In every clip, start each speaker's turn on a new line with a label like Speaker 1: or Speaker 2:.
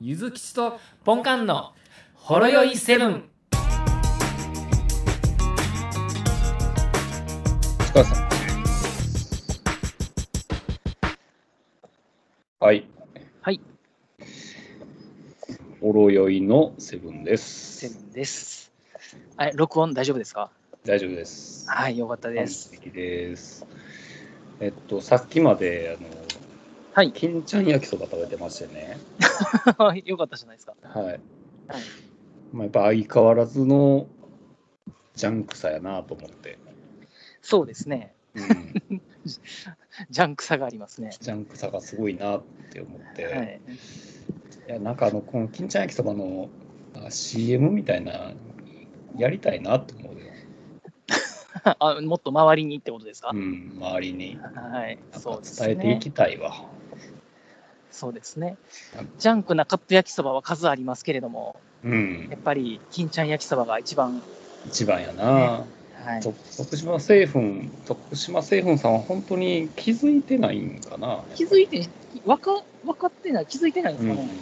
Speaker 1: ゆずきちとポンカンのほろよいセブン。
Speaker 2: お疲れ様はい。
Speaker 3: はい。
Speaker 2: ほろ酔いのセブンで
Speaker 3: セ
Speaker 2: す
Speaker 3: ブ。ンです。はい、録音大丈夫ですか
Speaker 2: 大丈夫です。
Speaker 3: はい、よかったです。
Speaker 2: 完璧です。えっと、さっきまで、あの、
Speaker 3: はい、
Speaker 2: 金ちゃん焼きそば食べてましてね。
Speaker 3: よかったじゃない ですか。
Speaker 2: はい。まあ、やっぱ相変わらずのジャンクさやなと思って。
Speaker 3: そうですね。
Speaker 2: うん、
Speaker 3: ジャンクさがありますね。
Speaker 2: ジャンクさがすごいなって思って。
Speaker 3: はい、
Speaker 2: いやなんかあのこの金ちゃん焼きそばのあ CM みたいなやりたいなと思うよ、
Speaker 3: あもっと周りにってことですか、
Speaker 2: うん、周りに
Speaker 3: はい、
Speaker 2: なん
Speaker 3: そ
Speaker 2: か
Speaker 3: うです
Speaker 2: 伝えてい
Speaker 3: ね。
Speaker 2: きたいわ、
Speaker 3: そうですね
Speaker 2: あ。
Speaker 3: ジャンクなカップ焼きそばは数ありますけれども、
Speaker 2: うん
Speaker 3: やっぱり金ちゃん焼きそばが一番、
Speaker 2: 一番やな、
Speaker 3: はい、
Speaker 2: と徳島製粉徳島製粉さんは本当に気づいてないんかな、
Speaker 3: 気づいて、わか分かってない、気づいてないんで
Speaker 2: う
Speaker 3: すか
Speaker 2: ん
Speaker 3: ね。、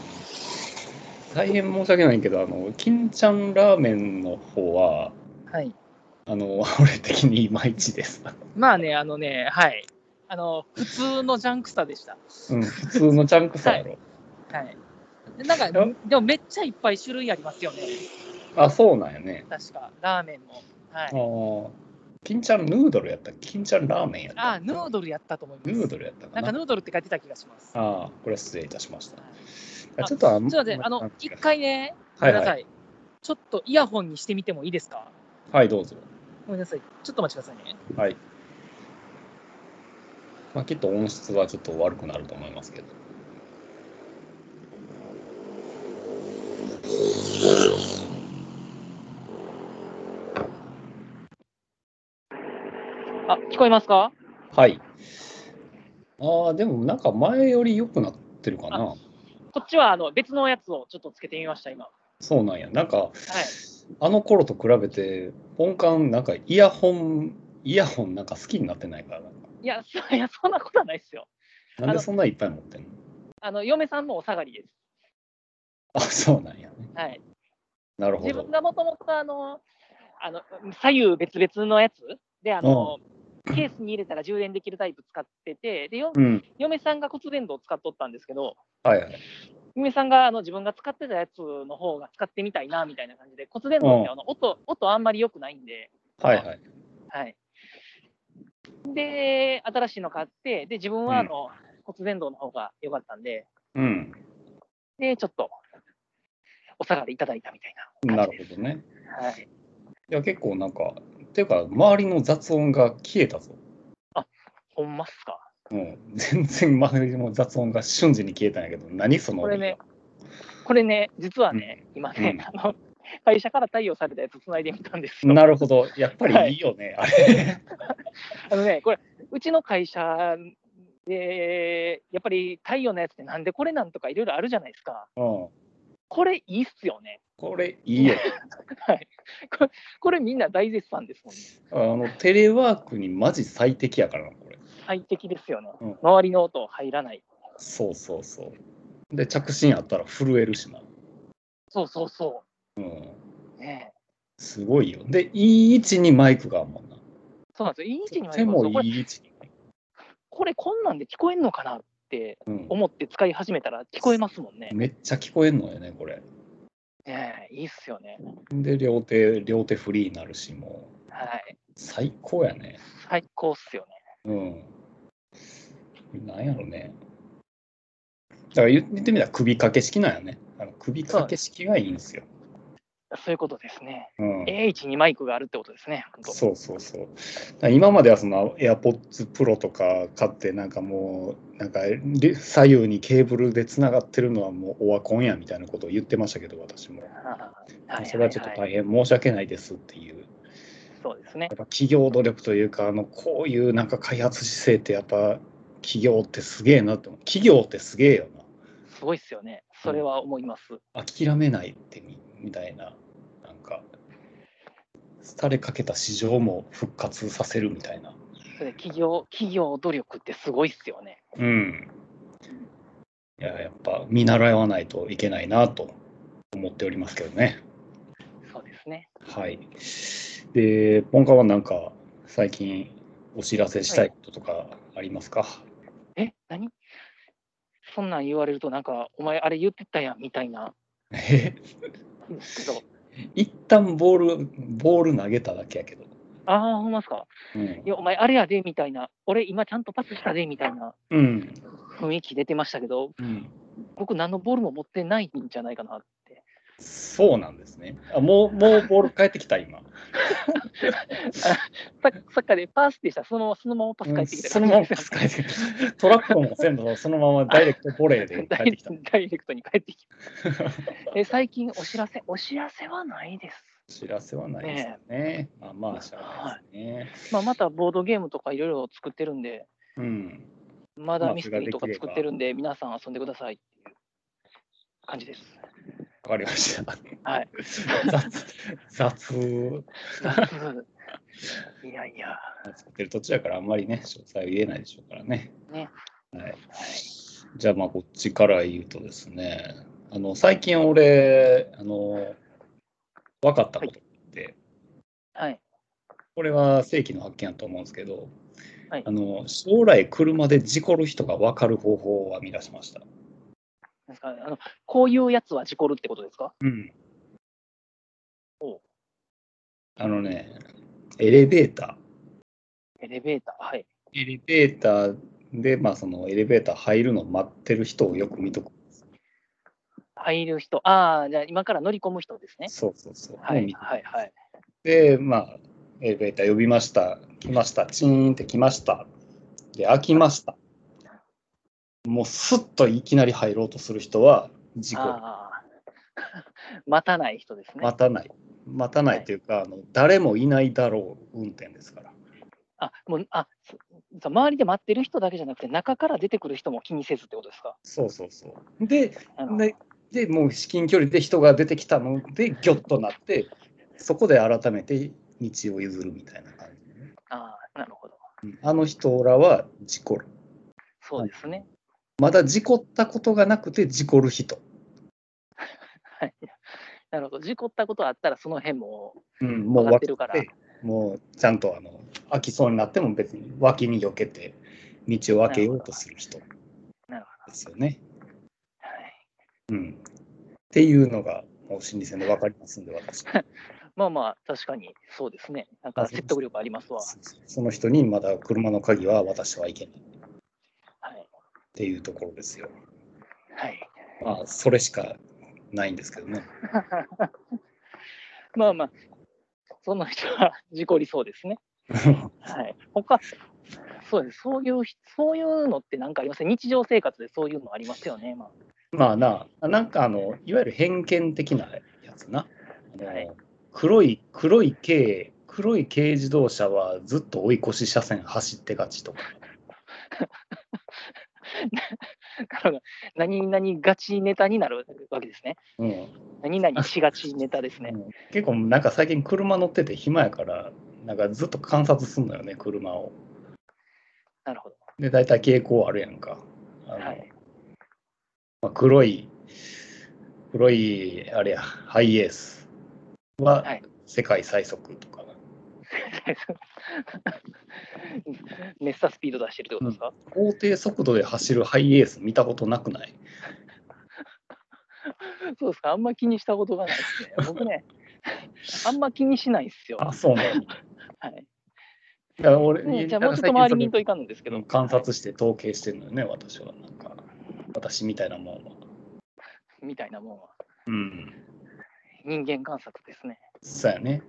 Speaker 2: 大変申し訳ないけどあの金ちゃんラーメンの方は
Speaker 3: はい、
Speaker 2: あの 俺的にいまいちです、
Speaker 3: まあね、あのね、はい、あの普通のジャンクさでした。
Speaker 2: うん、普通のジャンクさやろ、
Speaker 3: はい。でなんか、
Speaker 2: よ
Speaker 3: でもめっちゃいっぱい種類ありますよね。
Speaker 2: あそうなんやね
Speaker 3: 確か、ラーメンも。はい。
Speaker 2: ああ、金ちゃんヌードルやった。金ちゃんラーメンやった。
Speaker 3: あー、ヌードルやったと思います。
Speaker 2: ヌードルやったか
Speaker 3: な
Speaker 2: な。
Speaker 3: んかヌードルって書いてた気がします。はい
Speaker 2: ああ、これは失礼いたしました。
Speaker 3: あ
Speaker 2: ちょっとあん
Speaker 3: ちょっと待って、あ
Speaker 2: な
Speaker 3: の
Speaker 2: ん、か
Speaker 3: 一回ね、ご
Speaker 2: は
Speaker 3: め
Speaker 2: い
Speaker 3: んなさ。
Speaker 2: はい
Speaker 3: ちょっとイヤホンにしてみてもいいですか
Speaker 2: い。はい、どうぞ。
Speaker 3: ごめんなさい。ちょっとお待ちくださいね。
Speaker 2: はい。まあ、きっと音質はちょっと悪くなると思いますけど。
Speaker 3: あ、聞こえますか
Speaker 2: はい。ああ、でもなんか前より良くなってるかな。
Speaker 3: こっちはあの別のやつをちょっとつけてみました、今。は
Speaker 2: そうなんや。なんか、
Speaker 3: い。
Speaker 2: あの頃と比べて、本館、なんかイヤホン、イヤホンなんか好きになってないから。
Speaker 3: いや、そいやそんなことはないですよ。
Speaker 2: なんでそんないっぱい持ってんの
Speaker 3: あの、嫁さんのお下がりです。
Speaker 2: あ、そうなんやね。
Speaker 3: はい。
Speaker 2: なるほ
Speaker 3: 自
Speaker 2: ど
Speaker 3: 分。がもともとあの、あの、左右別々のやつで、あの、ケースに入れたら充電できるタイプ使ってて、で、よ
Speaker 2: うん。
Speaker 3: 嫁さんが骨伝導を使っとったんですけど、
Speaker 2: はいはい。
Speaker 3: 嫁さんがあの自分が使ってたやつの方が使ってみたいなみたいな感じで、骨伝導って
Speaker 2: うん
Speaker 3: あの音音あんまり良くないんで、
Speaker 2: はいはい。
Speaker 3: はい。で、新しいの買って、で、自分はあの、骨伝導の方が良かったんで、
Speaker 2: うん。
Speaker 3: で、ちょっとお下がりいただいたみたいな
Speaker 2: な
Speaker 3: 感じで
Speaker 2: るほどね。
Speaker 3: す。はい、
Speaker 2: いや、結構なんか、っていうか、周りの雑音が消えたぞ。
Speaker 3: ほんまっすか
Speaker 2: もう、全然周りの雑音が瞬時に消えたんやけど、何その。
Speaker 3: これね。これね、実はね、今ね、あの、会社から採用されたやつ繋いでみたんですよ。
Speaker 2: なるほど。やっぱりいいよね、あれ。
Speaker 3: あのね、これ、うちの会社で、やっぱり太陽のやつってなんでこれなんとかいろいろあるじゃないですか。
Speaker 2: うん。
Speaker 3: これいいっすよね。
Speaker 2: これいいよ。
Speaker 3: はい。これ、これみんな大絶賛ですもんね。
Speaker 2: あの、テレワークにマジ最適やからな、これ。
Speaker 3: 最適ですよね。
Speaker 2: うん
Speaker 3: 周りの音入らない。
Speaker 2: そうそうそう。で、着信あったら震えるしな。
Speaker 3: そうそうそ
Speaker 2: うん。
Speaker 3: う。ねえ
Speaker 2: すごいよ。で、いい位置にマイクがあるもんな。
Speaker 3: そうなんですよ。いい位置に
Speaker 2: と
Speaker 3: は
Speaker 2: て
Speaker 3: こ
Speaker 2: も
Speaker 3: れ、
Speaker 2: いい位置に。
Speaker 3: これこんなんで聞こえんのかなって
Speaker 2: うん。
Speaker 3: 思って使い始めたら聞こえますもんね。
Speaker 2: めっちゃ聞こえんのよね、これ。
Speaker 3: ねえいいっすよね。
Speaker 2: で、両手、両手フリーになるし、もう。
Speaker 3: はい。
Speaker 2: 最高やね。
Speaker 3: 最高っすよね。
Speaker 2: うん。なんやろね。だから言ってみたら首掛け式なんやね。あの首掛け式がいいんですよ。
Speaker 3: そういうことですね。
Speaker 2: うん。
Speaker 3: A1 にマイクがあるってことですね。本当
Speaker 2: そうそうそう。だから今まではその AirPods Pro とか買ってなんかもうなんかり左右にケーブルでつながってるのはもうオワコンやみたいなことを言ってましたけど私も。
Speaker 3: ああはい
Speaker 2: それはちょっと
Speaker 3: はいはい
Speaker 2: 大変申し訳ないですっていう。
Speaker 3: そうですね
Speaker 2: や。っぱ企業努力というかあのこういうなんか開発姿勢ってやっぱ企業ってすげえなって思う企業ってすげえよ
Speaker 3: すごいっすよね。それは思います。
Speaker 2: な諦めないってみみたいななんか廃れかけた市場も復活させるみたいな
Speaker 3: それ企業、企業努力ってすごいっすよね。
Speaker 2: うんいや、やっぱ見習わないといけないなと思っておりますけどね。
Speaker 3: そうですね。
Speaker 2: はい。で、ポンカはなんか最近お知らせしたいこととかありますか、
Speaker 3: え、何そんなん言われると、なんか、お前、あれ言ってたやんみたいな。
Speaker 2: え
Speaker 3: けど、
Speaker 2: 一旦ボール、ボール投げただけやけど。
Speaker 3: ああ、ほんまっすか。
Speaker 2: うん
Speaker 3: い。や、お前、あれやでみたいな。俺、今、ちゃんとパスしたでみたいな
Speaker 2: うん。
Speaker 3: 雰囲気出てましたけど、
Speaker 2: うん、
Speaker 3: 僕、何のボールも持ってないんじゃないかなって。
Speaker 2: そうなんですね。あもう、もうボール返ってきた、今。
Speaker 3: さサッカーでパスでしたらそのまま、そのままパス返ってきた
Speaker 2: そのまま返ってき た。トラックも全部そのままダイレクトボレーで
Speaker 3: ダ
Speaker 2: 返っ
Speaker 3: イ
Speaker 2: てきた。
Speaker 3: ダイレクトに返ってき た。え最近お知らせ、お知らせはないで
Speaker 2: 知らせはないですよね。まあまあ、しゃあないですね。
Speaker 3: す。まあ、またボードゲームとかいろいろ作ってるんで、
Speaker 2: うん。
Speaker 3: ま
Speaker 2: ま
Speaker 3: だ
Speaker 2: あ
Speaker 3: ミステリーとか
Speaker 2: それができれば
Speaker 3: 作ってるんで、皆さん遊んでくださいっていう感じです。
Speaker 2: わかりました。
Speaker 3: はい。
Speaker 2: 雑、雑を
Speaker 3: いやいや、
Speaker 2: 作ってる途中やから、あんまりね、詳細は言えないでしょうからね。
Speaker 3: ね。
Speaker 2: はい。じゃあ、まあ、こっちから言うとですね、あの、最近俺、あの、分かったことって、
Speaker 3: はい。
Speaker 2: これは正規の発見だと思うんですけど、
Speaker 3: はい
Speaker 2: あの将来車で事故る人が分かる方法を編み出しました。
Speaker 3: なんですかねあのこういうやつは事故るってことですか
Speaker 2: うん
Speaker 3: お
Speaker 2: あのね、エレベータ
Speaker 3: エレベーター。はい。
Speaker 2: ー。エレベーターで、まあ、そのエレベーター入るの待ってる人をよく見とく。
Speaker 3: 入る人。ああ、じゃあ今から乗り込む人ですね。
Speaker 2: そうそうそう。
Speaker 3: は
Speaker 2: を
Speaker 3: い
Speaker 2: 見
Speaker 3: はいはい。
Speaker 2: で、まあ、エレベーター呼びました。来ました。チーンって来ました。で、開きました。もうすっといきなり入ろうとする人は事故る。
Speaker 3: ああ。 待たない人ですね。
Speaker 2: 待たない。待たないというか、あの誰もいないだろう運転ですから。
Speaker 3: あもうあそそう周りで待ってる人だけじゃなくて、中から出てくる人も気にせずってことですか。
Speaker 2: そうそうそう。で、
Speaker 3: なるほど
Speaker 2: ででもう至近距離で人が出てきたので、ぎょっとなって、そこで改めて道を譲るみたいな感じ、ね。
Speaker 3: ああ、なるほど。
Speaker 2: うんあの人らは事故る。
Speaker 3: そうですね。
Speaker 2: まだ事故ったことがなくて事故る人。
Speaker 3: はい。なるほど。事故ったことあったら、その辺も
Speaker 2: うん、もう
Speaker 3: 分かって
Speaker 2: 分
Speaker 3: る
Speaker 2: か
Speaker 3: か
Speaker 2: っ
Speaker 3: ら。
Speaker 2: て、もうちゃんとあの開きそうになっても別に脇に避けて道を開けようとする人で
Speaker 3: なる
Speaker 2: すよね。
Speaker 3: ほど。はい、
Speaker 2: うんっていうのが、もう心理戦で分かりますんで、私。
Speaker 3: まあまあ、確かにそうですね。なん
Speaker 2: あ
Speaker 3: か
Speaker 2: そうです
Speaker 3: 説得力ありますわ。
Speaker 2: その人にまだ車の鍵は渡してはいけないっ
Speaker 3: はい。
Speaker 2: ていうところですよ。
Speaker 3: はい、
Speaker 2: まあ、それしかないんですけどね。
Speaker 3: まあまあ、その人は事故りそうですね。はい。他、そうです。そういうひ、そういうのってなんかありますね。日常生活でそういうのありますよね。ま
Speaker 2: まあな、なんかあの、いわゆる偏見的なやつな。あの
Speaker 3: はい
Speaker 2: 黒い、黒い軽、黒い軽自動車はずっと追い越し車線走ってがちとか。
Speaker 3: あ、だから何々がちネタになるわけですね。
Speaker 2: うん
Speaker 3: 何々しがちネタですね
Speaker 2: う。ん結構なんか最近車乗ってて暇やから、なんかずっと観察すんのよね、車を。
Speaker 3: なるほど。
Speaker 2: で、大体傾向あるやんか。あの
Speaker 3: はい。
Speaker 2: まあ、黒い、黒い、あれや、ハイエースは
Speaker 3: はい
Speaker 2: 世界最速とか、
Speaker 3: めっさスピード出してるってことですか、
Speaker 2: 法定速度で走るハイエース見たことなくない
Speaker 3: そうですか、あんま気にしたことがないですね。僕 ね、あんま気にしないですよ。
Speaker 2: あ、そうな の。い
Speaker 3: はい
Speaker 2: や、俺、
Speaker 3: ね、じゃあ
Speaker 2: な
Speaker 3: も
Speaker 2: ん
Speaker 3: う
Speaker 2: か
Speaker 3: ちょっと周
Speaker 2: 最近そ
Speaker 3: り
Speaker 2: れ
Speaker 3: 見といかんのですけど、
Speaker 2: 観察して統計してるのよね、私は。なんか、私みたいなもんは。
Speaker 3: みたいなもんは、
Speaker 2: うん。
Speaker 3: 人間観察ですね。
Speaker 2: そうやね。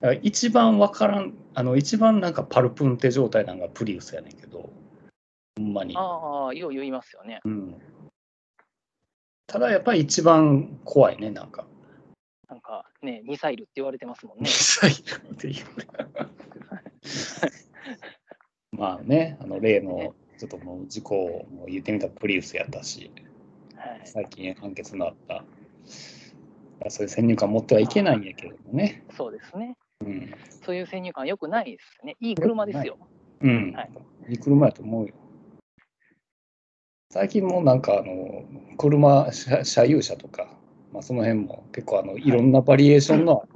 Speaker 2: だから一番わからん、あの、一番なんかパルプンテ状態なんかプリウスやねんけど、ほんまに。
Speaker 3: ああ、よう言いますよね。
Speaker 2: うんただやっぱり一番怖いね、なんか。
Speaker 3: なんかね、ミサイルって言われてますもん
Speaker 2: ミ
Speaker 3: ね。
Speaker 2: サイルっていう。 まあね、あの例の、ちょっともう事故をもう言ってみたプリウスやったし、
Speaker 3: はい、
Speaker 2: 最近判決のあった、そういう先入観持ってはいけないんやけれどもね。
Speaker 3: そうですね。
Speaker 2: うん。
Speaker 3: そういう先入観、よくないですね。いい車ですよ。
Speaker 2: うん。
Speaker 3: はい
Speaker 2: い、い車やと思うよ。最近もなんかあの車車車有車とか、まあ、その辺も結構あのいろんなバリエーションの、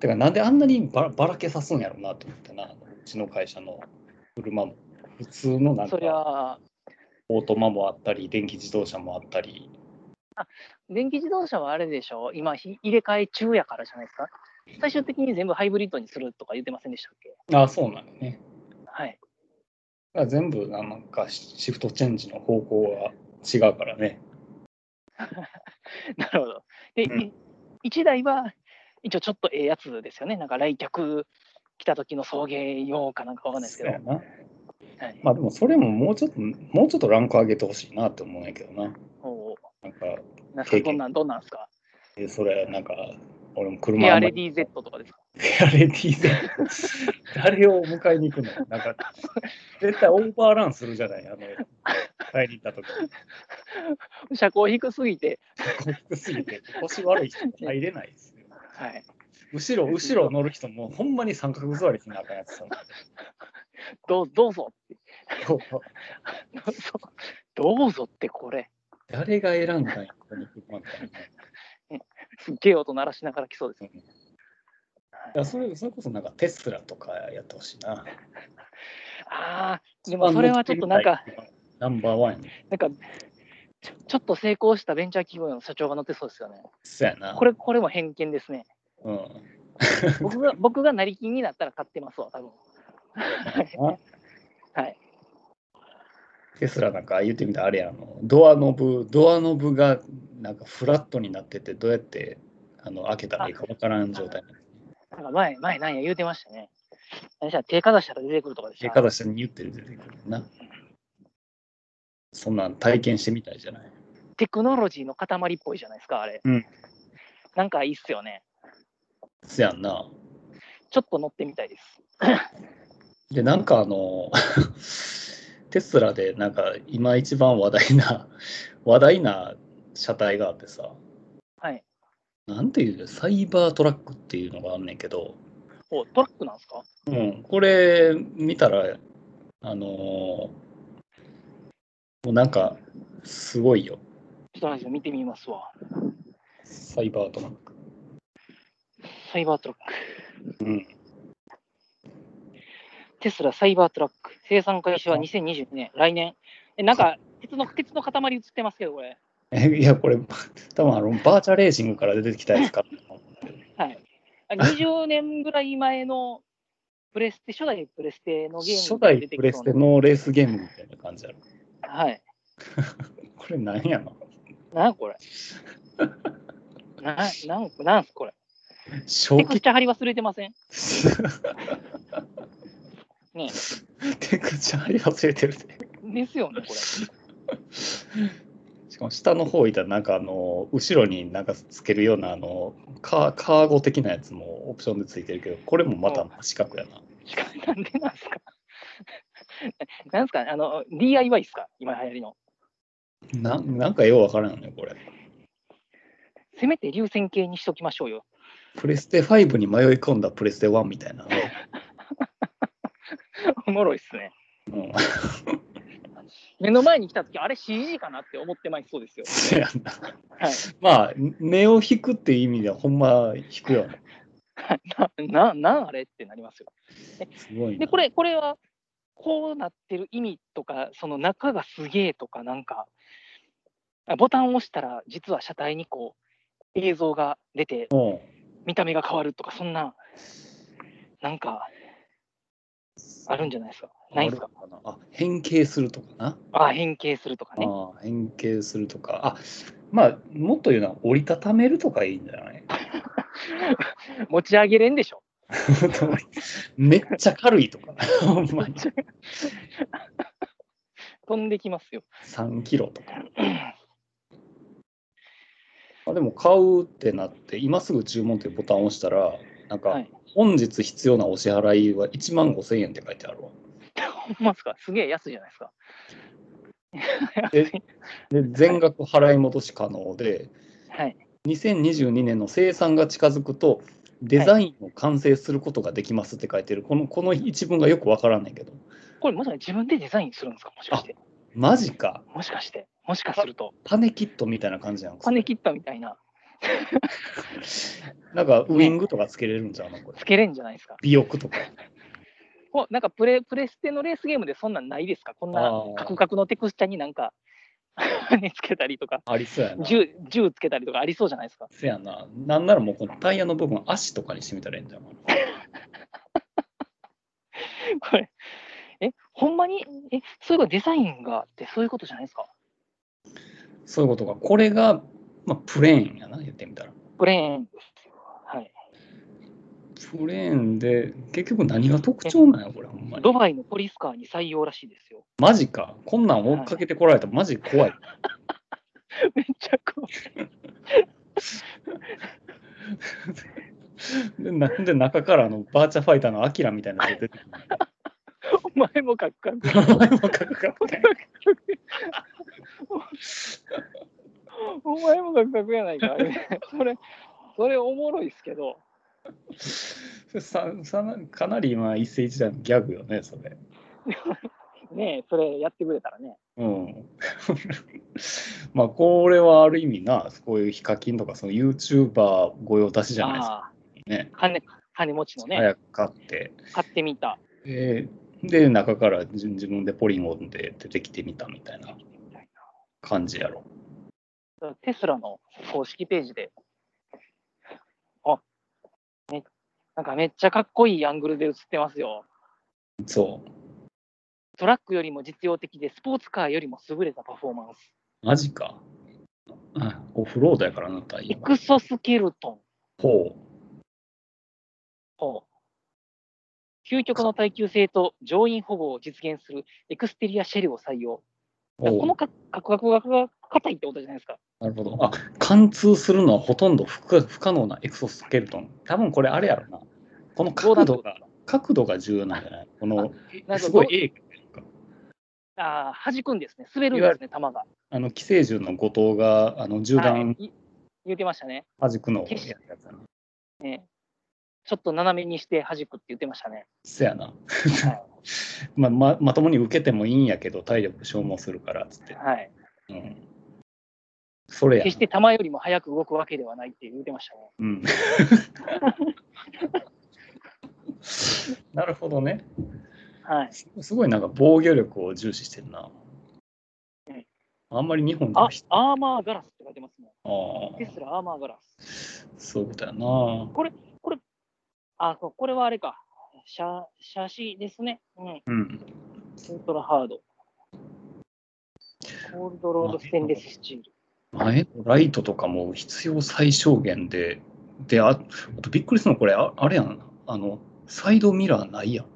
Speaker 2: てかなんであんなにばらばらけさすんやろうなと思ったなあのうちの会社の車も普通のなん
Speaker 3: そりゃ、
Speaker 2: かオートマもあったり電気自動車もあったり
Speaker 3: 電気自動車はあれでしょ、今、ひ入れ替え中やからじゃないですか。最終的に全部ハイブリッドにするとか言ってませんでしたっけ
Speaker 2: ああそうなのね
Speaker 3: はい。
Speaker 2: だから全部なんかシシフトチェンジの方向は違うからね
Speaker 3: なるほど。で、
Speaker 2: うん
Speaker 3: い一台は、一応ちょっとええやつですよね。なんか来客来た時の送迎用かなんかわかんないですけど。
Speaker 2: そうやな
Speaker 3: はい
Speaker 2: まあでもそれももうちょっともうちょっとランク上げてほしいなって思うんやけどな
Speaker 3: おー
Speaker 2: なんか
Speaker 3: なん
Speaker 2: 経
Speaker 3: か
Speaker 2: 験
Speaker 3: どんなん、どんなんですか
Speaker 2: えそれなんか俺も車
Speaker 3: エ
Speaker 2: あ
Speaker 3: ア
Speaker 2: んま
Speaker 3: レ
Speaker 2: り
Speaker 3: ディ Z とかですか
Speaker 2: ペアレデ ィーで誰を迎えに行くのなんか絶対オーバーランするじゃないあの帰り行った時
Speaker 3: 車高低すぎて、
Speaker 2: 高低すぎて腰悪い人も入れないですよ
Speaker 3: はい。
Speaker 2: 後ろ後ろ乗る人もほんまに三角座りしなあかん やつだな
Speaker 3: どうどうぞ、
Speaker 2: そ
Speaker 3: ど
Speaker 2: う
Speaker 3: うぞ、どうぞってこれ、
Speaker 2: 誰が選んだんやこの車みたいな
Speaker 3: すっげえ音鳴らしながら来そうですね。
Speaker 2: いやそれそれこそなんかテスラとかやってほしいな
Speaker 3: ああ、でもそれはちょっとなんか、
Speaker 2: ナンバーワンやね
Speaker 3: なんかちょ、ちょっと成功したベンチャー企業の社長が乗ってそうですよね。
Speaker 2: そうやな
Speaker 3: これ、これも偏見です ね。
Speaker 2: うん
Speaker 3: 僕が、僕が成金になったら買ってますわ、多分。はい。
Speaker 2: テスラなんか言ってみたらあれやあのドアノブドアノブがなんかフラットになっててどうやってあの開けたらいいかわからん状態
Speaker 3: なんか前、前なんや言うてましたね。何でした手かざしたら出てくるとかでし
Speaker 2: 手
Speaker 3: た。
Speaker 2: かざしに言ってる出てくるなそんなん体験してみたいじゃない
Speaker 3: テクノロジーの塊っぽいじゃないですか、あれ。
Speaker 2: うん
Speaker 3: なんかいいっすよね。
Speaker 2: そやんな
Speaker 3: ちょっと乗ってみたいです。
Speaker 2: でなんかあの テスラでなんか今一番話題な話題な車体があってさ
Speaker 3: はい。
Speaker 2: なんていうのサイバートラックっていうのがあんねんけど
Speaker 3: お、トラックなんですか
Speaker 2: うん、これ見たら、あのーもうなんか、すごいよ。
Speaker 3: ちょっと待って見てみますわ。
Speaker 2: サイバートラック。
Speaker 3: サイバートラック。
Speaker 2: うん。
Speaker 3: テスラサイバートラック。生産開始は2020年、来年。え、なんか、鉄の、鉄の塊映ってますけど、これ。
Speaker 2: え いや、これ、多分あのバーチャレーシングから出てきたやつかな。
Speaker 3: はい。あ20年ぐらい前のプレステ、初代プレステのゲーム
Speaker 2: 初
Speaker 3: に
Speaker 2: 代
Speaker 3: 出て
Speaker 2: プ
Speaker 3: き
Speaker 2: レ
Speaker 3: そ
Speaker 2: ス
Speaker 3: う
Speaker 2: テ
Speaker 3: な
Speaker 2: のレースゲームみたいな感じやろ。
Speaker 3: はい。
Speaker 2: これなんやの
Speaker 3: なあこれ。な、なん、なんすこれ。
Speaker 2: 正
Speaker 3: テク
Speaker 2: 気
Speaker 3: スチャー貼り忘れてませんね
Speaker 2: テクチャーあり忘れてるで。
Speaker 3: ですよね、こ
Speaker 2: しかも下の方いたらなんかあの後ろになんかつけるようなあのカーカーゴ的なやつもオプションでついてるけどこれもまた四角やな
Speaker 3: れ。しかもなんでなんすか なんすかあの、DIY っすか今流行りの。
Speaker 2: ななんかようわからんねこれ
Speaker 3: せめて流線形にしときましょうよ。
Speaker 2: プレステ5に迷い込んだプレステ1みた いな、
Speaker 3: おもろいっすね。
Speaker 2: うん、
Speaker 3: 目の前に来た時あれ CG かなって思ってまいそうですよ。
Speaker 2: そやな
Speaker 3: はい。
Speaker 2: まあ目を引くっていう意味ではほんま引くよね
Speaker 3: な、な、なんあれってなりますよ。
Speaker 2: すごい
Speaker 3: で、
Speaker 2: な
Speaker 3: これ、これは、こうなってる意味とか、その中がすげえとか、なんか、あボタンを押したら、実は車体にこう、映像が出て、
Speaker 2: うん
Speaker 3: 見た目が変わるとか、そんな、なんか、あるんじゃないですか。ないですか。
Speaker 2: あるのかなあ変形するとかな
Speaker 3: ああ、変形するとかね。
Speaker 2: あ変形するとかあまあもっと言うのは折りたためるとかいいんじゃない
Speaker 3: 持ち上げれんでしょ。
Speaker 2: めっちゃ軽いとかほんまに
Speaker 3: 飛んできますよ。
Speaker 2: 3キロとか。あでも買うってなって今すぐ注文っていうボタンを押したらなん
Speaker 3: は
Speaker 2: か
Speaker 3: い
Speaker 2: 本日必要なお支払いは1万5000円って書いてあるわ。
Speaker 3: ほんまっすか。すげえ安いじゃないですか。
Speaker 2: で全額払い戻し可能で
Speaker 3: はい。
Speaker 2: 2022年の生産が近づくとデザインを完成することができますって書いてるこのこの一文がよくわからんねんけど
Speaker 3: これ、もしかして自分でデザインするんですかもしかして。
Speaker 2: マジか。
Speaker 3: もしかして、もしかすると、
Speaker 2: パネキットみたいな感じなんです
Speaker 3: パネキットみたいな、
Speaker 2: なんかウイングとかつけれるんじゃん、これ。
Speaker 3: つけれんじゃないですか。
Speaker 2: 尾翼とか。
Speaker 3: こうなんかプレプレステのレースゲームでそんなんないですかこんな
Speaker 2: あー
Speaker 3: カクカクのテクスチャになんか、 パネつけたりとか、
Speaker 2: ありそうやな。
Speaker 3: 銃銃つけたりとかありそうじゃないですか。
Speaker 2: せやな。なんならもうこのタイヤの部分、足とかにしてみたらいいんじゃん。
Speaker 3: これ、え、ほんまに、え、そういうことデザインがってそういうことじゃないですか
Speaker 2: そういうことか。これが、まあ、プレーンやな、言ってみたら。
Speaker 3: プレーンですよ。はい。
Speaker 2: プレーンで、結局何が特徴なんや、これ、ほんまに。
Speaker 3: ドバイのポリスカーに採用らしいですよ。
Speaker 2: マジか。こんなん追っかけてこられたらマジ怖い。
Speaker 3: めっちゃ怖い。
Speaker 2: でなんで中からあのバーチャファイターのアキラみたいなの出てくるの
Speaker 3: お前もカクカク。
Speaker 2: 名前もかくかって
Speaker 3: お前もカクカクやない か。それ、それおもろいっすけど、
Speaker 2: それささかなり今一世一代のギャグよね、それ。
Speaker 3: ねえ、それやってくれたらね。
Speaker 2: うん。 まあ、これはある意味な、こういうヒカキンとか、その YouTuber 御用達じゃないですか
Speaker 3: あ
Speaker 2: ね。
Speaker 3: あ、金金持ちのね、
Speaker 2: 早く買って。
Speaker 3: 買ってみた。
Speaker 2: で、で中から自自分でポリゴンで出てきてみたみたいな感じやろ。
Speaker 3: テスラの公式ページで、あ、ね、なんかめっちゃかっこいいアングルで映ってますよ。
Speaker 2: そ
Speaker 3: トラックよりも実用的で、スポーツカーよりも優れたパフォーマンス。
Speaker 2: う。マジか。あオフロードやからな、タイ
Speaker 3: エ
Speaker 2: ヤ。
Speaker 3: クソスケルトン。
Speaker 2: ほう。
Speaker 3: ほう究極の耐久性と乗員保護を実現するエクステリアシェルを採用。だから
Speaker 2: おう
Speaker 3: このかカクカクカクが硬いってことじゃないですか。
Speaker 2: なるほど。あ、貫通するのはほとんど不可不可能なエクソスケルトン。多分これあれやろな。この角度が、角度が重要なんじゃないこの、
Speaker 3: なんか
Speaker 2: すごい鋭
Speaker 3: あー弾くんですね。滑るんですね、弾が。
Speaker 2: あの、寄生獣の後藤が、あの、銃
Speaker 3: は
Speaker 2: 弾
Speaker 3: いい言ってましたね。
Speaker 2: 弾くのをやるやつやな。
Speaker 3: ちょっと斜めにして弾くって言ってました ね。
Speaker 2: せやな。まままともに受けてもいいんやけど、体力消耗するから、つって。
Speaker 3: はい。
Speaker 2: うん。それやな。
Speaker 3: 決して弾よりも速く動くわけではないって言ってましたね。
Speaker 2: うん。なるほどね。
Speaker 3: はい。
Speaker 2: すすごいなんか防御力を重視してるな。あんまり日本で
Speaker 3: あ
Speaker 2: はし、
Speaker 3: アーマーガラスって書いてますね。
Speaker 2: ああ
Speaker 3: テスラアーマーガラス。
Speaker 2: そういうことやな。
Speaker 3: あ、そうこれはあれか。写写真ですね。うん。
Speaker 2: うん。
Speaker 3: ウルトラハード。コールドロードステンレススチール。
Speaker 2: 前のライトとかも必要最小限で、で、ああとびっくりするのこれ、ああれやん。あの、サイドミラーないやん。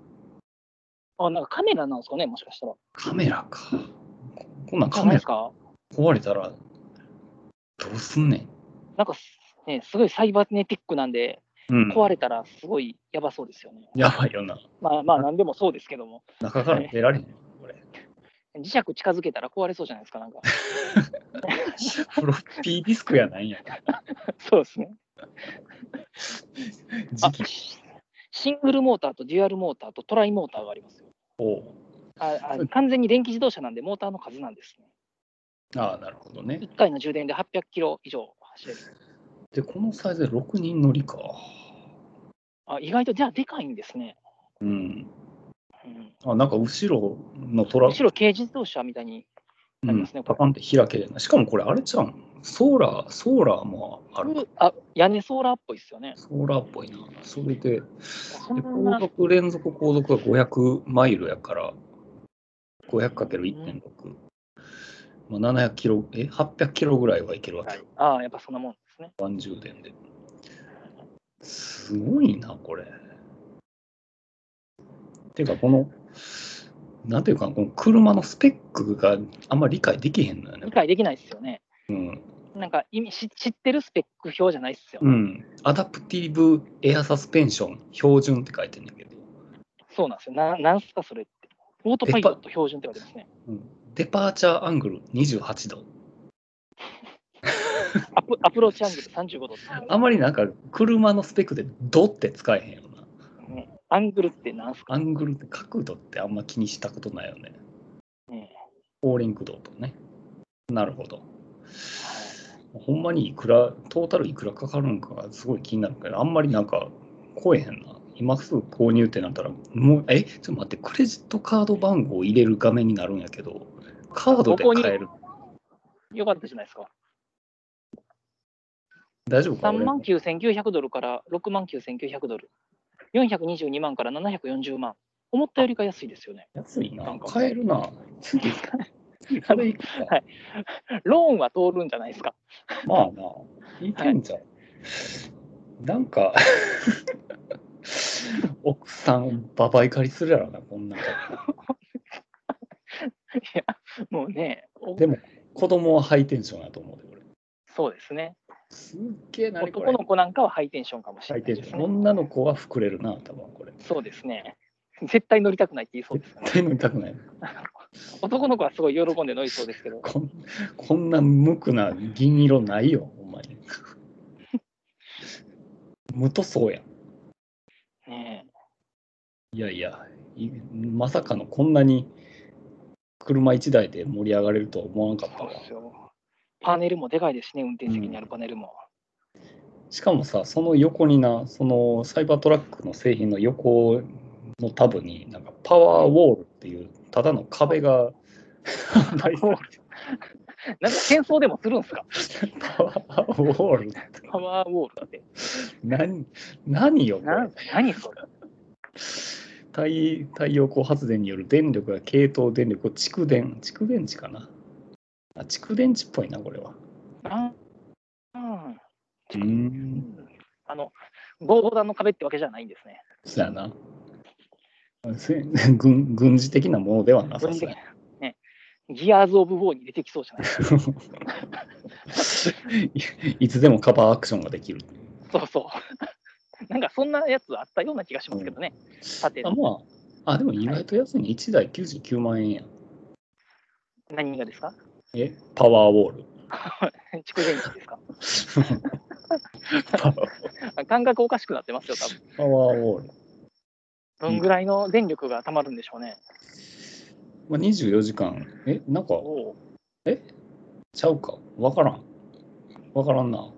Speaker 3: あ、なんかカメラなんですかね、もしかしたら。
Speaker 2: カメラか。ここんなん
Speaker 3: じ
Speaker 2: カ
Speaker 3: ゃない
Speaker 2: メ
Speaker 3: で
Speaker 2: ラ
Speaker 3: すか
Speaker 2: 壊れたら、どうすんね
Speaker 3: なんかす、ね、すごいサイバーネティックなんで、
Speaker 2: ん。うん。
Speaker 3: 壊れたらすごいやばそうですよね。
Speaker 2: やばいよな。
Speaker 3: まあまあ、なんでもそうですけども。
Speaker 2: 中から出られへん。これ。
Speaker 3: 磁石近づけたら壊れそうじゃないですか、なん か。
Speaker 2: フロッピーディスクやないんや。
Speaker 3: そうですね。
Speaker 2: 時
Speaker 3: あ
Speaker 2: 期
Speaker 3: シングルモーターとデュアルモーターとトライモーターがありますよ。
Speaker 2: を。
Speaker 3: ああ
Speaker 2: そう
Speaker 3: 完全に電気自動車なんで、モーターの数なんですね。
Speaker 2: ああ、なるほどね。
Speaker 3: 1回の充電で800キロ以上走れる。
Speaker 2: で、このサイズで6人乗りか。
Speaker 3: あ意外と、じゃあ、でかいんですね。
Speaker 2: うん。
Speaker 3: うん、
Speaker 2: あ、なんか後ろのトラ
Speaker 3: むしろ軽自動車みたいに、
Speaker 2: う
Speaker 3: あり
Speaker 2: ん
Speaker 3: ますねこ
Speaker 2: パ
Speaker 3: れ
Speaker 2: カンって開けれない。しかもこれあれじゃん。ソーラー、ソーラーもあるか。
Speaker 3: あ屋根ソーラーっぽいですよね。
Speaker 2: ソーラーっぽいな。それで、で
Speaker 3: そん
Speaker 2: 後
Speaker 3: な
Speaker 2: 続、連続後続が500マイルやから、500×1.6。まあ、700キロ、え、800キロぐらいはいけるわけよ。
Speaker 3: ああ、やっぱそんなもんですね。
Speaker 2: ワン充電で。すごいな、これ。ていうか、この、なんていうか、この車のスペックがあんまり理解できへんのよね
Speaker 3: 理。解できないですよね。
Speaker 2: うん。
Speaker 3: なんか意味し知ってるスペック表じゃないっすよ。
Speaker 2: うん。アダプティブエアサスペンション、標準って書いてんだけど、
Speaker 3: そうなんですよ。ななんすか、それって。オートパイロット標準って言われてますね。
Speaker 2: うんデパーチャーアングル28度。
Speaker 3: アプアプローチアングル35度って言われて
Speaker 2: あんまりなんか、車のスペックでドって使えへんよな。
Speaker 3: ますね。アングルってなんすか
Speaker 2: アングルって角度ってあんま気にしたことないよね。
Speaker 3: ね
Speaker 2: 高輪駆動とね。なるほど。ほんまにいくら、トータルいくらかかるのかがすごい気になるけど、あんまりなんか、来えへんな。今すぐ購入ってなったら、もう、え、ちょっと待って、クレジットカード番号を入れる画面になるんやけど、カードで買える。
Speaker 3: よかったじゃないですか。
Speaker 2: 大丈夫か
Speaker 3: 3万
Speaker 2: 俺
Speaker 3: 9900ドルから6万9900ドル。422万から740万。思ったよりか安いですよね。
Speaker 2: 安いな
Speaker 3: なん。か
Speaker 2: 買える な。次、次あれ行くか。
Speaker 3: ローンは通るんじゃないですか。
Speaker 2: まあな、いけんじゃん。なんか、 奥さん、ババイ借りするやろな、こんなん。
Speaker 3: いや、もうね、お
Speaker 2: でも、子供はハイテンションやと思うで、俺。
Speaker 3: そうですね。
Speaker 2: すっげえ、何こ
Speaker 3: 男
Speaker 2: れ。
Speaker 3: の子なんかはハイテンションかもし
Speaker 2: ハ
Speaker 3: れ
Speaker 2: イ
Speaker 3: ない
Speaker 2: テ
Speaker 3: で
Speaker 2: ンシ
Speaker 3: す
Speaker 2: ョ
Speaker 3: ね。
Speaker 2: ン。女の子は膨れるな、多分これ。
Speaker 3: そうですね。絶対乗りたくないって言いそうですよね。
Speaker 2: 絶対乗りたくない。
Speaker 3: 男の子はすごい喜んで乗りそうですけ ど、
Speaker 2: こんこんな無垢な銀色ないよ、ほんまに。無塗装やん。
Speaker 3: ね
Speaker 2: いやいや、いまさかのこんなに車1台で盛り上がれるとは思わなか
Speaker 3: え、
Speaker 2: った
Speaker 3: そう
Speaker 2: わ。
Speaker 3: ですよ。パネルもでかいですしね、運転席にあるパネルも。
Speaker 2: しかもさ、その横にな、そのサイバートラックの製品の横のタブに、なんかパワーウォールっていう、ただの壁が、パ
Speaker 3: ウォーなんか戦争でもするんですか、
Speaker 2: ワーウォールって
Speaker 3: パワーウォールって。
Speaker 2: 何、何よ、こ
Speaker 3: な
Speaker 2: れ。
Speaker 3: 何それ
Speaker 2: 太太陽光発電による電力や系統電力を蓄電、蓄電池かな。あ蓄電池っぽいな、これは。
Speaker 3: なうん
Speaker 2: うん、
Speaker 3: あの、防弾の壁ってわけじゃないんですね。
Speaker 2: そうやな。せ軍軍事的なものではなさ
Speaker 3: 軍事
Speaker 2: そう
Speaker 3: 的
Speaker 2: や
Speaker 3: な。ね、ギアーズ・オブ・ウォーに出てきそうじゃないですか。
Speaker 2: いいつでもカバーアクションができる。
Speaker 3: そうそう。 なんかそんなやつあったような気がしますけどね。縦
Speaker 2: あ
Speaker 3: の
Speaker 2: まあ、あでも意外と安いね。1台99万円やん。
Speaker 3: 何がですか
Speaker 2: えパワーウォール。
Speaker 3: 蓄電池ですか 感覚おかしくなってますよ、多分。
Speaker 2: パワーウォール。
Speaker 3: どんぐらいの電力が溜まるんでしょうね。
Speaker 2: まあ、24時間。えなんか、
Speaker 3: おう
Speaker 2: ちゃうか。わからん。わからんな。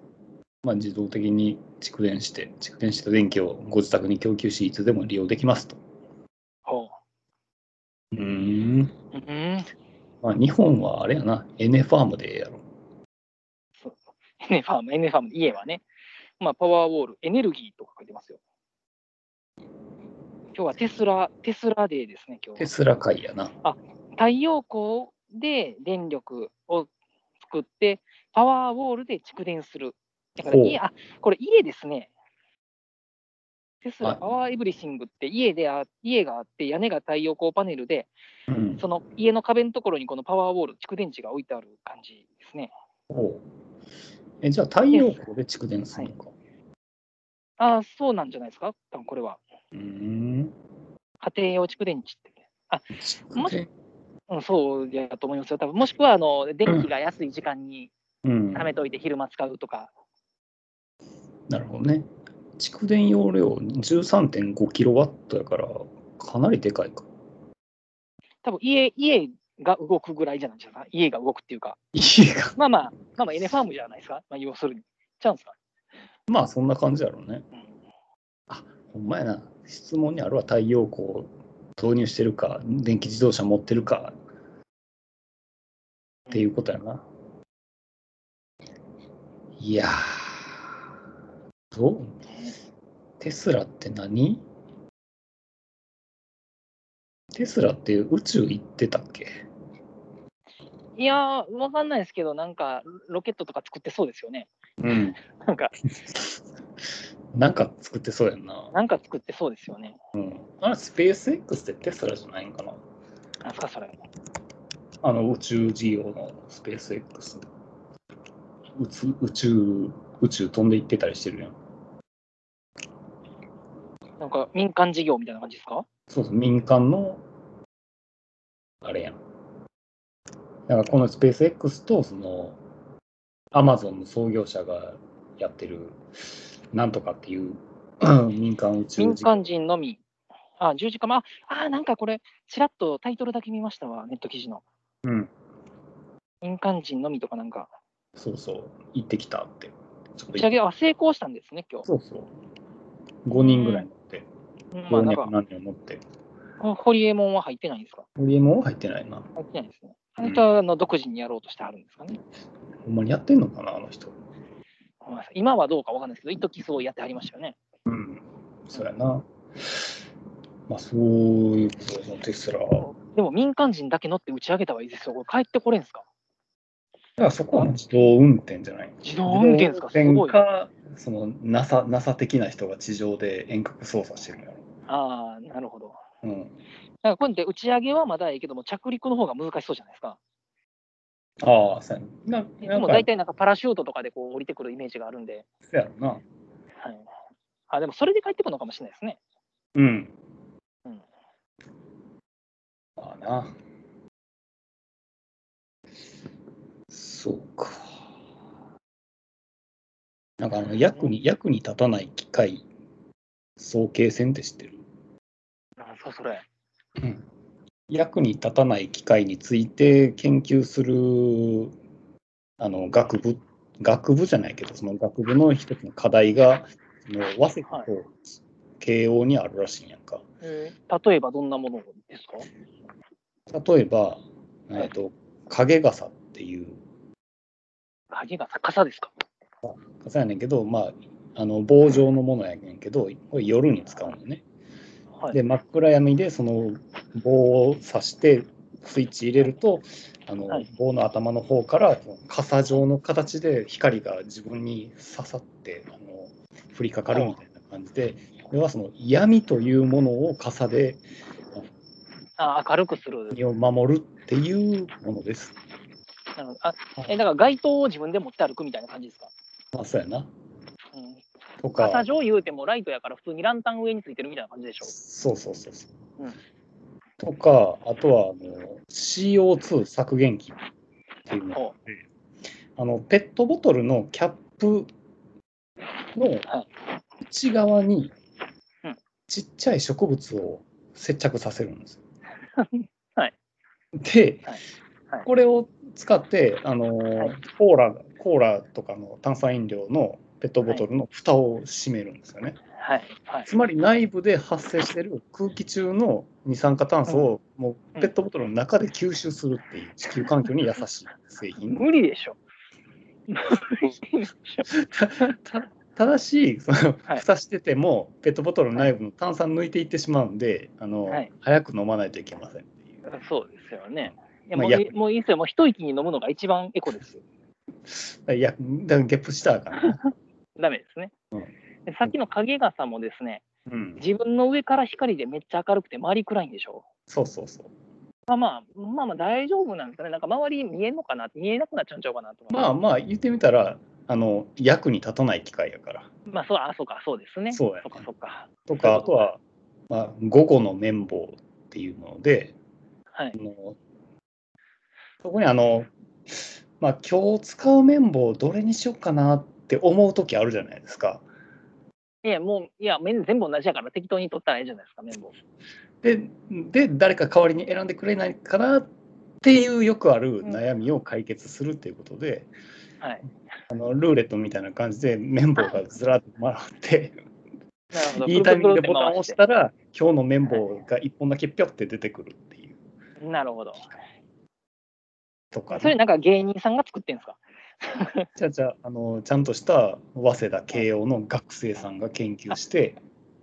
Speaker 2: まあ、自動的に蓄電して、蓄電した電気をご自宅に供給し、いつでも利用できますと。
Speaker 3: おう。
Speaker 2: うーん。
Speaker 3: うん。
Speaker 2: まあ、日本はあれやな。エネファームでええやろ。
Speaker 3: エネファーム、エネファーム、家はね。まあ、パワーウォール、エネルギーとか書いてますよ。今日はテスラ、テスラデーですね、今日
Speaker 2: テ
Speaker 3: は。
Speaker 2: スラ界やな。
Speaker 3: 太陽光で電力を作って、パワーウォールで蓄電する。だから
Speaker 2: ほう
Speaker 3: 家、あこれ家ですね。テス
Speaker 2: は
Speaker 3: ラ、
Speaker 2: い
Speaker 3: パワーエブリシングって家であ家があって、屋根が太陽光パネルで、
Speaker 2: うん。
Speaker 3: その家の壁のところにこのパワーウォール、蓄電池が置いてある感じですね。
Speaker 2: ほうえじゃあ、太陽光で蓄電するのか。
Speaker 3: ああ、そうなんじゃないですか、多分これは。
Speaker 2: うーん。
Speaker 3: 家庭用蓄電池って、ね。も
Speaker 2: 蓄
Speaker 3: し
Speaker 2: 電
Speaker 3: うん、そうやと思いますよ、多分もしくはあの電気が安い時間に
Speaker 2: うん。
Speaker 3: 貯めといて、昼間使うとか、
Speaker 2: なるほどね。蓄電容量13.5キロワットやから、かなりでかいか。
Speaker 3: 多分家家が動くぐらいじゃないですか、家が動くっていうか、
Speaker 2: 家が。
Speaker 3: まあまあ、まあまあ、エネファームじゃないですか、まあ、要するに。ちゃうんですか、
Speaker 2: まあ、そんな感じやろうね。
Speaker 3: うん
Speaker 2: あ、ほんまやな。質問にあるわ。太陽光導入してるか、電気自動車持ってるか、っていうことやな。いやー。どうテスラって何テスラって宇宙行ってたっけ
Speaker 3: いやー、わかんないですけど、なんかロケットとか作ってそうですよね。
Speaker 2: うん。
Speaker 3: なんか、
Speaker 2: なんか作ってそうやんな。
Speaker 3: なんか作ってそうですよね。
Speaker 2: あれ、スペース X ってテスラじゃないんかな
Speaker 3: なんすか、それ。
Speaker 2: あの宇宙事業のスペース X。宇宙、宇宙、宇宙飛んで行ってたりしてるやん。
Speaker 3: なんか民間事業みたいな感じですか
Speaker 2: そうそう、民間の、あれやん。だからこのスペース X と、その、アマゾンの創業者がやってる、なんとかっていう、 うん民間宇宙
Speaker 3: 民
Speaker 2: 事業。
Speaker 3: 間人のみ。あ、十字架も、あ、あーなんかこれ、ちらっとタイトルだけ見ましたわ、ネット記事の。
Speaker 2: うん
Speaker 3: 民間人のみとかなんか、
Speaker 2: そうそう、行ってきたって。ちょっと
Speaker 3: 打ち上げは成功したんですね、今日。
Speaker 2: そうそう。5人ぐらい乗って、
Speaker 3: うんまあ、な
Speaker 2: 老
Speaker 3: ん
Speaker 2: 若
Speaker 3: か、
Speaker 2: 男女持って。
Speaker 3: ホリエモンは入ってないんですか
Speaker 2: ホリエモンは入ってないな。
Speaker 3: 入ってないですね。
Speaker 2: う
Speaker 3: あ
Speaker 2: ん
Speaker 3: の人はあの独自にやろうとしてあるんですかね。
Speaker 2: ほんまにやってんのかな、あの人。
Speaker 3: ごめんなさい今はどうかわかんないですけど、一時そうやってはりましたよね。
Speaker 2: うん。そうやな。まあ、そういうことですね、テスラ。だ
Speaker 3: でも民間人だけ乗って打ち上げたはいいですよ。これ帰ってこれんすか
Speaker 2: からそこは自動運転じゃない。
Speaker 3: 自動運転ですか
Speaker 2: 自動運転
Speaker 3: す
Speaker 2: か、その NASA, NASA 的な人が地上で遠隔操作してるんやろ。
Speaker 3: ああ、なるほど。
Speaker 2: うん。
Speaker 3: なんかこうやって打ち上げはまだいいけども、着陸の方が難しそうじゃないですか。
Speaker 2: ああ、そうやな。
Speaker 3: い
Speaker 2: な
Speaker 3: つ
Speaker 2: ん
Speaker 3: も
Speaker 2: か、
Speaker 3: 大体なんかパラシュートとかでこう降りてくるイメージがあるんで、
Speaker 2: そうやろな。
Speaker 3: はい、あでもそれで帰ってくるのかもしれないですね。
Speaker 2: うん。
Speaker 3: うん
Speaker 2: まあな。そうか。なんかあの役に役に立たない機械総計線って知ってる、
Speaker 3: なんすか、それ。
Speaker 2: 役に立たない機械について研究するあの学部学部じゃないけどその学部の一つの課題がもう早稲田と慶応にあるらしいんやんか。
Speaker 3: 例えばどんなものですか
Speaker 2: 例えば、えっと影傘っていう
Speaker 3: 鍵が傘ですか
Speaker 2: 傘やねんけど、まあ、あの棒状のものやねんけどこれ夜に使うのね。
Speaker 3: はい。
Speaker 2: で真っ暗闇でその棒を刺してスイッチ入れるとあの、
Speaker 3: はい
Speaker 2: 棒の頭の方からその傘状の形で光が自分に刺さってあの降りかかるみたいな感じで。これはその闇というものを傘で
Speaker 3: あ明るくする。
Speaker 2: 身を守るっていうものです。
Speaker 3: なるほどあえだから街灯を自分で持って歩くみたいな感じですか、
Speaker 2: まあ、そうやな。
Speaker 3: うん、
Speaker 2: とか。
Speaker 3: 傘上言うてもライトやから普通にランタン上についてるみたいな感じでしょ
Speaker 2: そうそうそうそう。
Speaker 3: うん
Speaker 2: とか、あとはあの CO2 削減機っていうの
Speaker 3: ほ
Speaker 2: あの、ペットボトルのキャップの
Speaker 3: はい
Speaker 2: 内側に
Speaker 3: うん
Speaker 2: ちっちゃい植物を接着させるんですよ。
Speaker 3: はい
Speaker 2: で、
Speaker 3: はいはい
Speaker 2: これを使ってあの、
Speaker 3: はい
Speaker 2: コーラ、コーラとかの炭酸飲料のペットボトルの蓋を閉めるんですよね。
Speaker 3: うはいはい
Speaker 2: つまり内部で発生している空気中の二酸化炭素をもうペットボトルの中で吸収するっていう地球環境に優しい製品。
Speaker 3: 無理でしょ無理でし ょ
Speaker 2: ただ し、その
Speaker 3: はい
Speaker 2: 蓋しててもペットボトルの内部の炭酸抜いていってしまうんで、あの
Speaker 3: はい
Speaker 2: 早く飲まないといけませんっていう。
Speaker 3: そうですよねいや
Speaker 2: ま
Speaker 3: も
Speaker 2: あ
Speaker 3: う
Speaker 2: や
Speaker 3: いもういいですよもう一息に飲むのが一番エコですよ
Speaker 2: いや、だからゲップしたらあかんな。
Speaker 3: ダメですね、
Speaker 2: うん
Speaker 3: でさっきの影傘もですね
Speaker 2: うん、
Speaker 3: 自分の上から光でめっちゃ明るくて周り暗いんでしょ
Speaker 2: そうそうそう。
Speaker 3: まあまあまあまあ大丈夫なんですかねなんか周り見えんのかな見えなくなっちゃうんちゃうかなと思う
Speaker 2: まあまあ言ってみたら、あの役に立たない機械やから。
Speaker 3: まあそうあそうかそうですね
Speaker 2: そうやね
Speaker 3: かそうか
Speaker 2: とか、あとは、まあ、午後の綿棒っていうもので、
Speaker 3: はい
Speaker 2: あのそこにあの、まあ、今日使う綿棒どれにしようかなって思う時あるじゃないですか。
Speaker 3: いや、もう、いや、麺全部同じやから適当に取ったらいいじゃないですか、 綿棒。
Speaker 2: でで誰か代わりに選んでくれないかなっていうよくある悩みを解決するっていうことで、
Speaker 3: はい。
Speaker 2: あのルーレットみたいな感じで綿棒がずらっと回って
Speaker 3: なるほ
Speaker 2: いいタイミングでボタンを
Speaker 3: 回
Speaker 2: 押
Speaker 3: して
Speaker 2: したら今日の綿棒が1本だけぴょって出てくるっていう
Speaker 3: なるほど。
Speaker 2: とかね、
Speaker 3: それなんか芸人さんが作ってんですか
Speaker 2: じゃあじゃああのちゃんとした早稲田慶応の学生さんが研究して、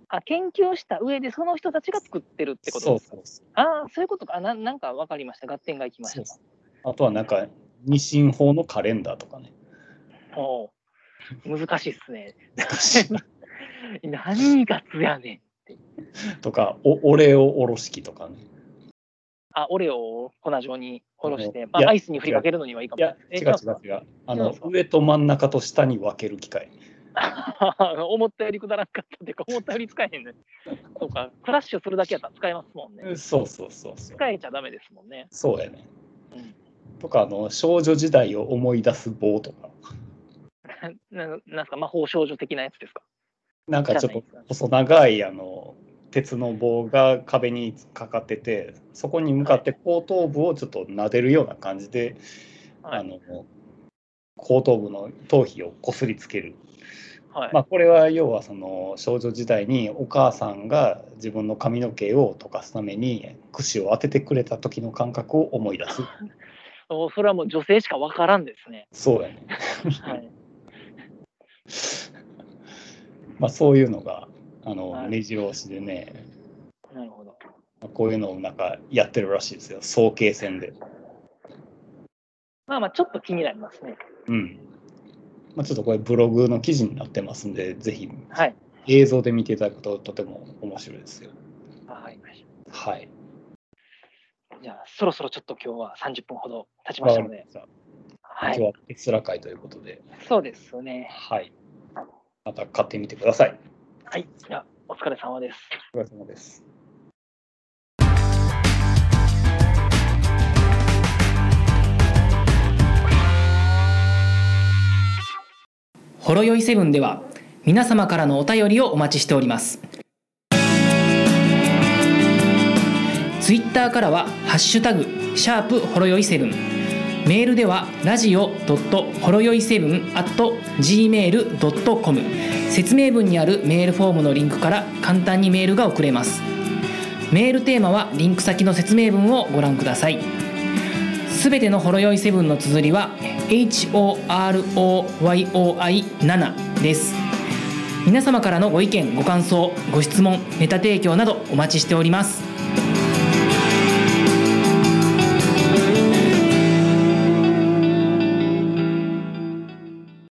Speaker 3: あ、研究した上でその人たちが作ってるってこと
Speaker 2: そう
Speaker 3: ですか
Speaker 2: そうそう
Speaker 3: ああ、そういうことか。あななんかわかりました。合点がいきまし
Speaker 2: そう
Speaker 3: た
Speaker 2: そ。うあとはなんか日清法のカレンダーとかね
Speaker 3: おう難しいっすね。 何がつやねん。
Speaker 2: とかおお礼をおろし器とかね
Speaker 3: あ、オレオを粉状におろして、
Speaker 2: あの
Speaker 3: ま
Speaker 2: いや
Speaker 3: あ、アイスに振りかけるのにはいいか
Speaker 2: い
Speaker 3: も。
Speaker 2: や
Speaker 3: え
Speaker 2: 違う違
Speaker 3: 違う
Speaker 2: う違うあ
Speaker 3: 違うん
Speaker 2: の
Speaker 3: すか
Speaker 2: 上と真ん中と下に分ける機械
Speaker 3: 思ったよりくだらんかったっていうか、思ったより使えへんね。 そうか、クラッシュするだけやったら使えますもんね。
Speaker 2: そうそうそうそう
Speaker 3: 使えちゃダメですもんね。
Speaker 2: そうやね
Speaker 3: うん
Speaker 2: とかあの少女時代を思い出す棒とか
Speaker 3: ななんすか、魔法少女的なやつですか。
Speaker 2: なんかちょっ
Speaker 3: じゃ
Speaker 2: と
Speaker 3: ないです
Speaker 2: 細長いあの鉄の棒が壁にかかっててそこに向かって後頭部をちょっと撫でるような感じで
Speaker 4: はい
Speaker 2: あの後頭部の頭皮をこすりつける、
Speaker 4: はい。
Speaker 2: まあ、これは要はその少女時代にお母さんが自分の髪の毛を溶かすために櫛を当ててくれた時の感覚を思い出 す
Speaker 4: おそれはもう女性しかわからんですね。
Speaker 2: そうやね、
Speaker 4: はい。
Speaker 2: まあ、そういうのがあの、
Speaker 4: はい
Speaker 2: 目白押しでね
Speaker 4: なるほど。
Speaker 2: こういうのをなんかやってるらしいですよ早慶戦で。
Speaker 4: まあまあ、ちょっと気になりますね。
Speaker 2: うんまあ、ちょっとこれブログの記事になってますんで、ぜひ
Speaker 4: はい。
Speaker 2: 映像で見ていただくととても面白いですよ。
Speaker 4: わかりまし
Speaker 2: はい。
Speaker 4: た。じゃあ、そろそろちょっと今日は30分ほど経ちましたので。
Speaker 2: じゃあ
Speaker 4: はい。
Speaker 2: 今日は閲覧会ということで、
Speaker 4: そうですね。
Speaker 2: はい。また買ってみてください。
Speaker 4: はい。じゃあ、お疲れ様です。
Speaker 2: お疲れ様です。
Speaker 3: ほろよいセブンでは皆様からのお便りをお待ちしておりますツイッターからは「ハッシュタグシャープほろよいセブン」メールではラジオドットほろよいセブン at gmail.com 説明文にあるメールフォームのリンクから簡単にメールが送れますメールテーマはリンク先の説明文をご覧くださいすべてのほろ酔いセブンの綴りは HOROYOI7 です皆様からのご意見ご感想ご質問ネタ提供などお待ちしております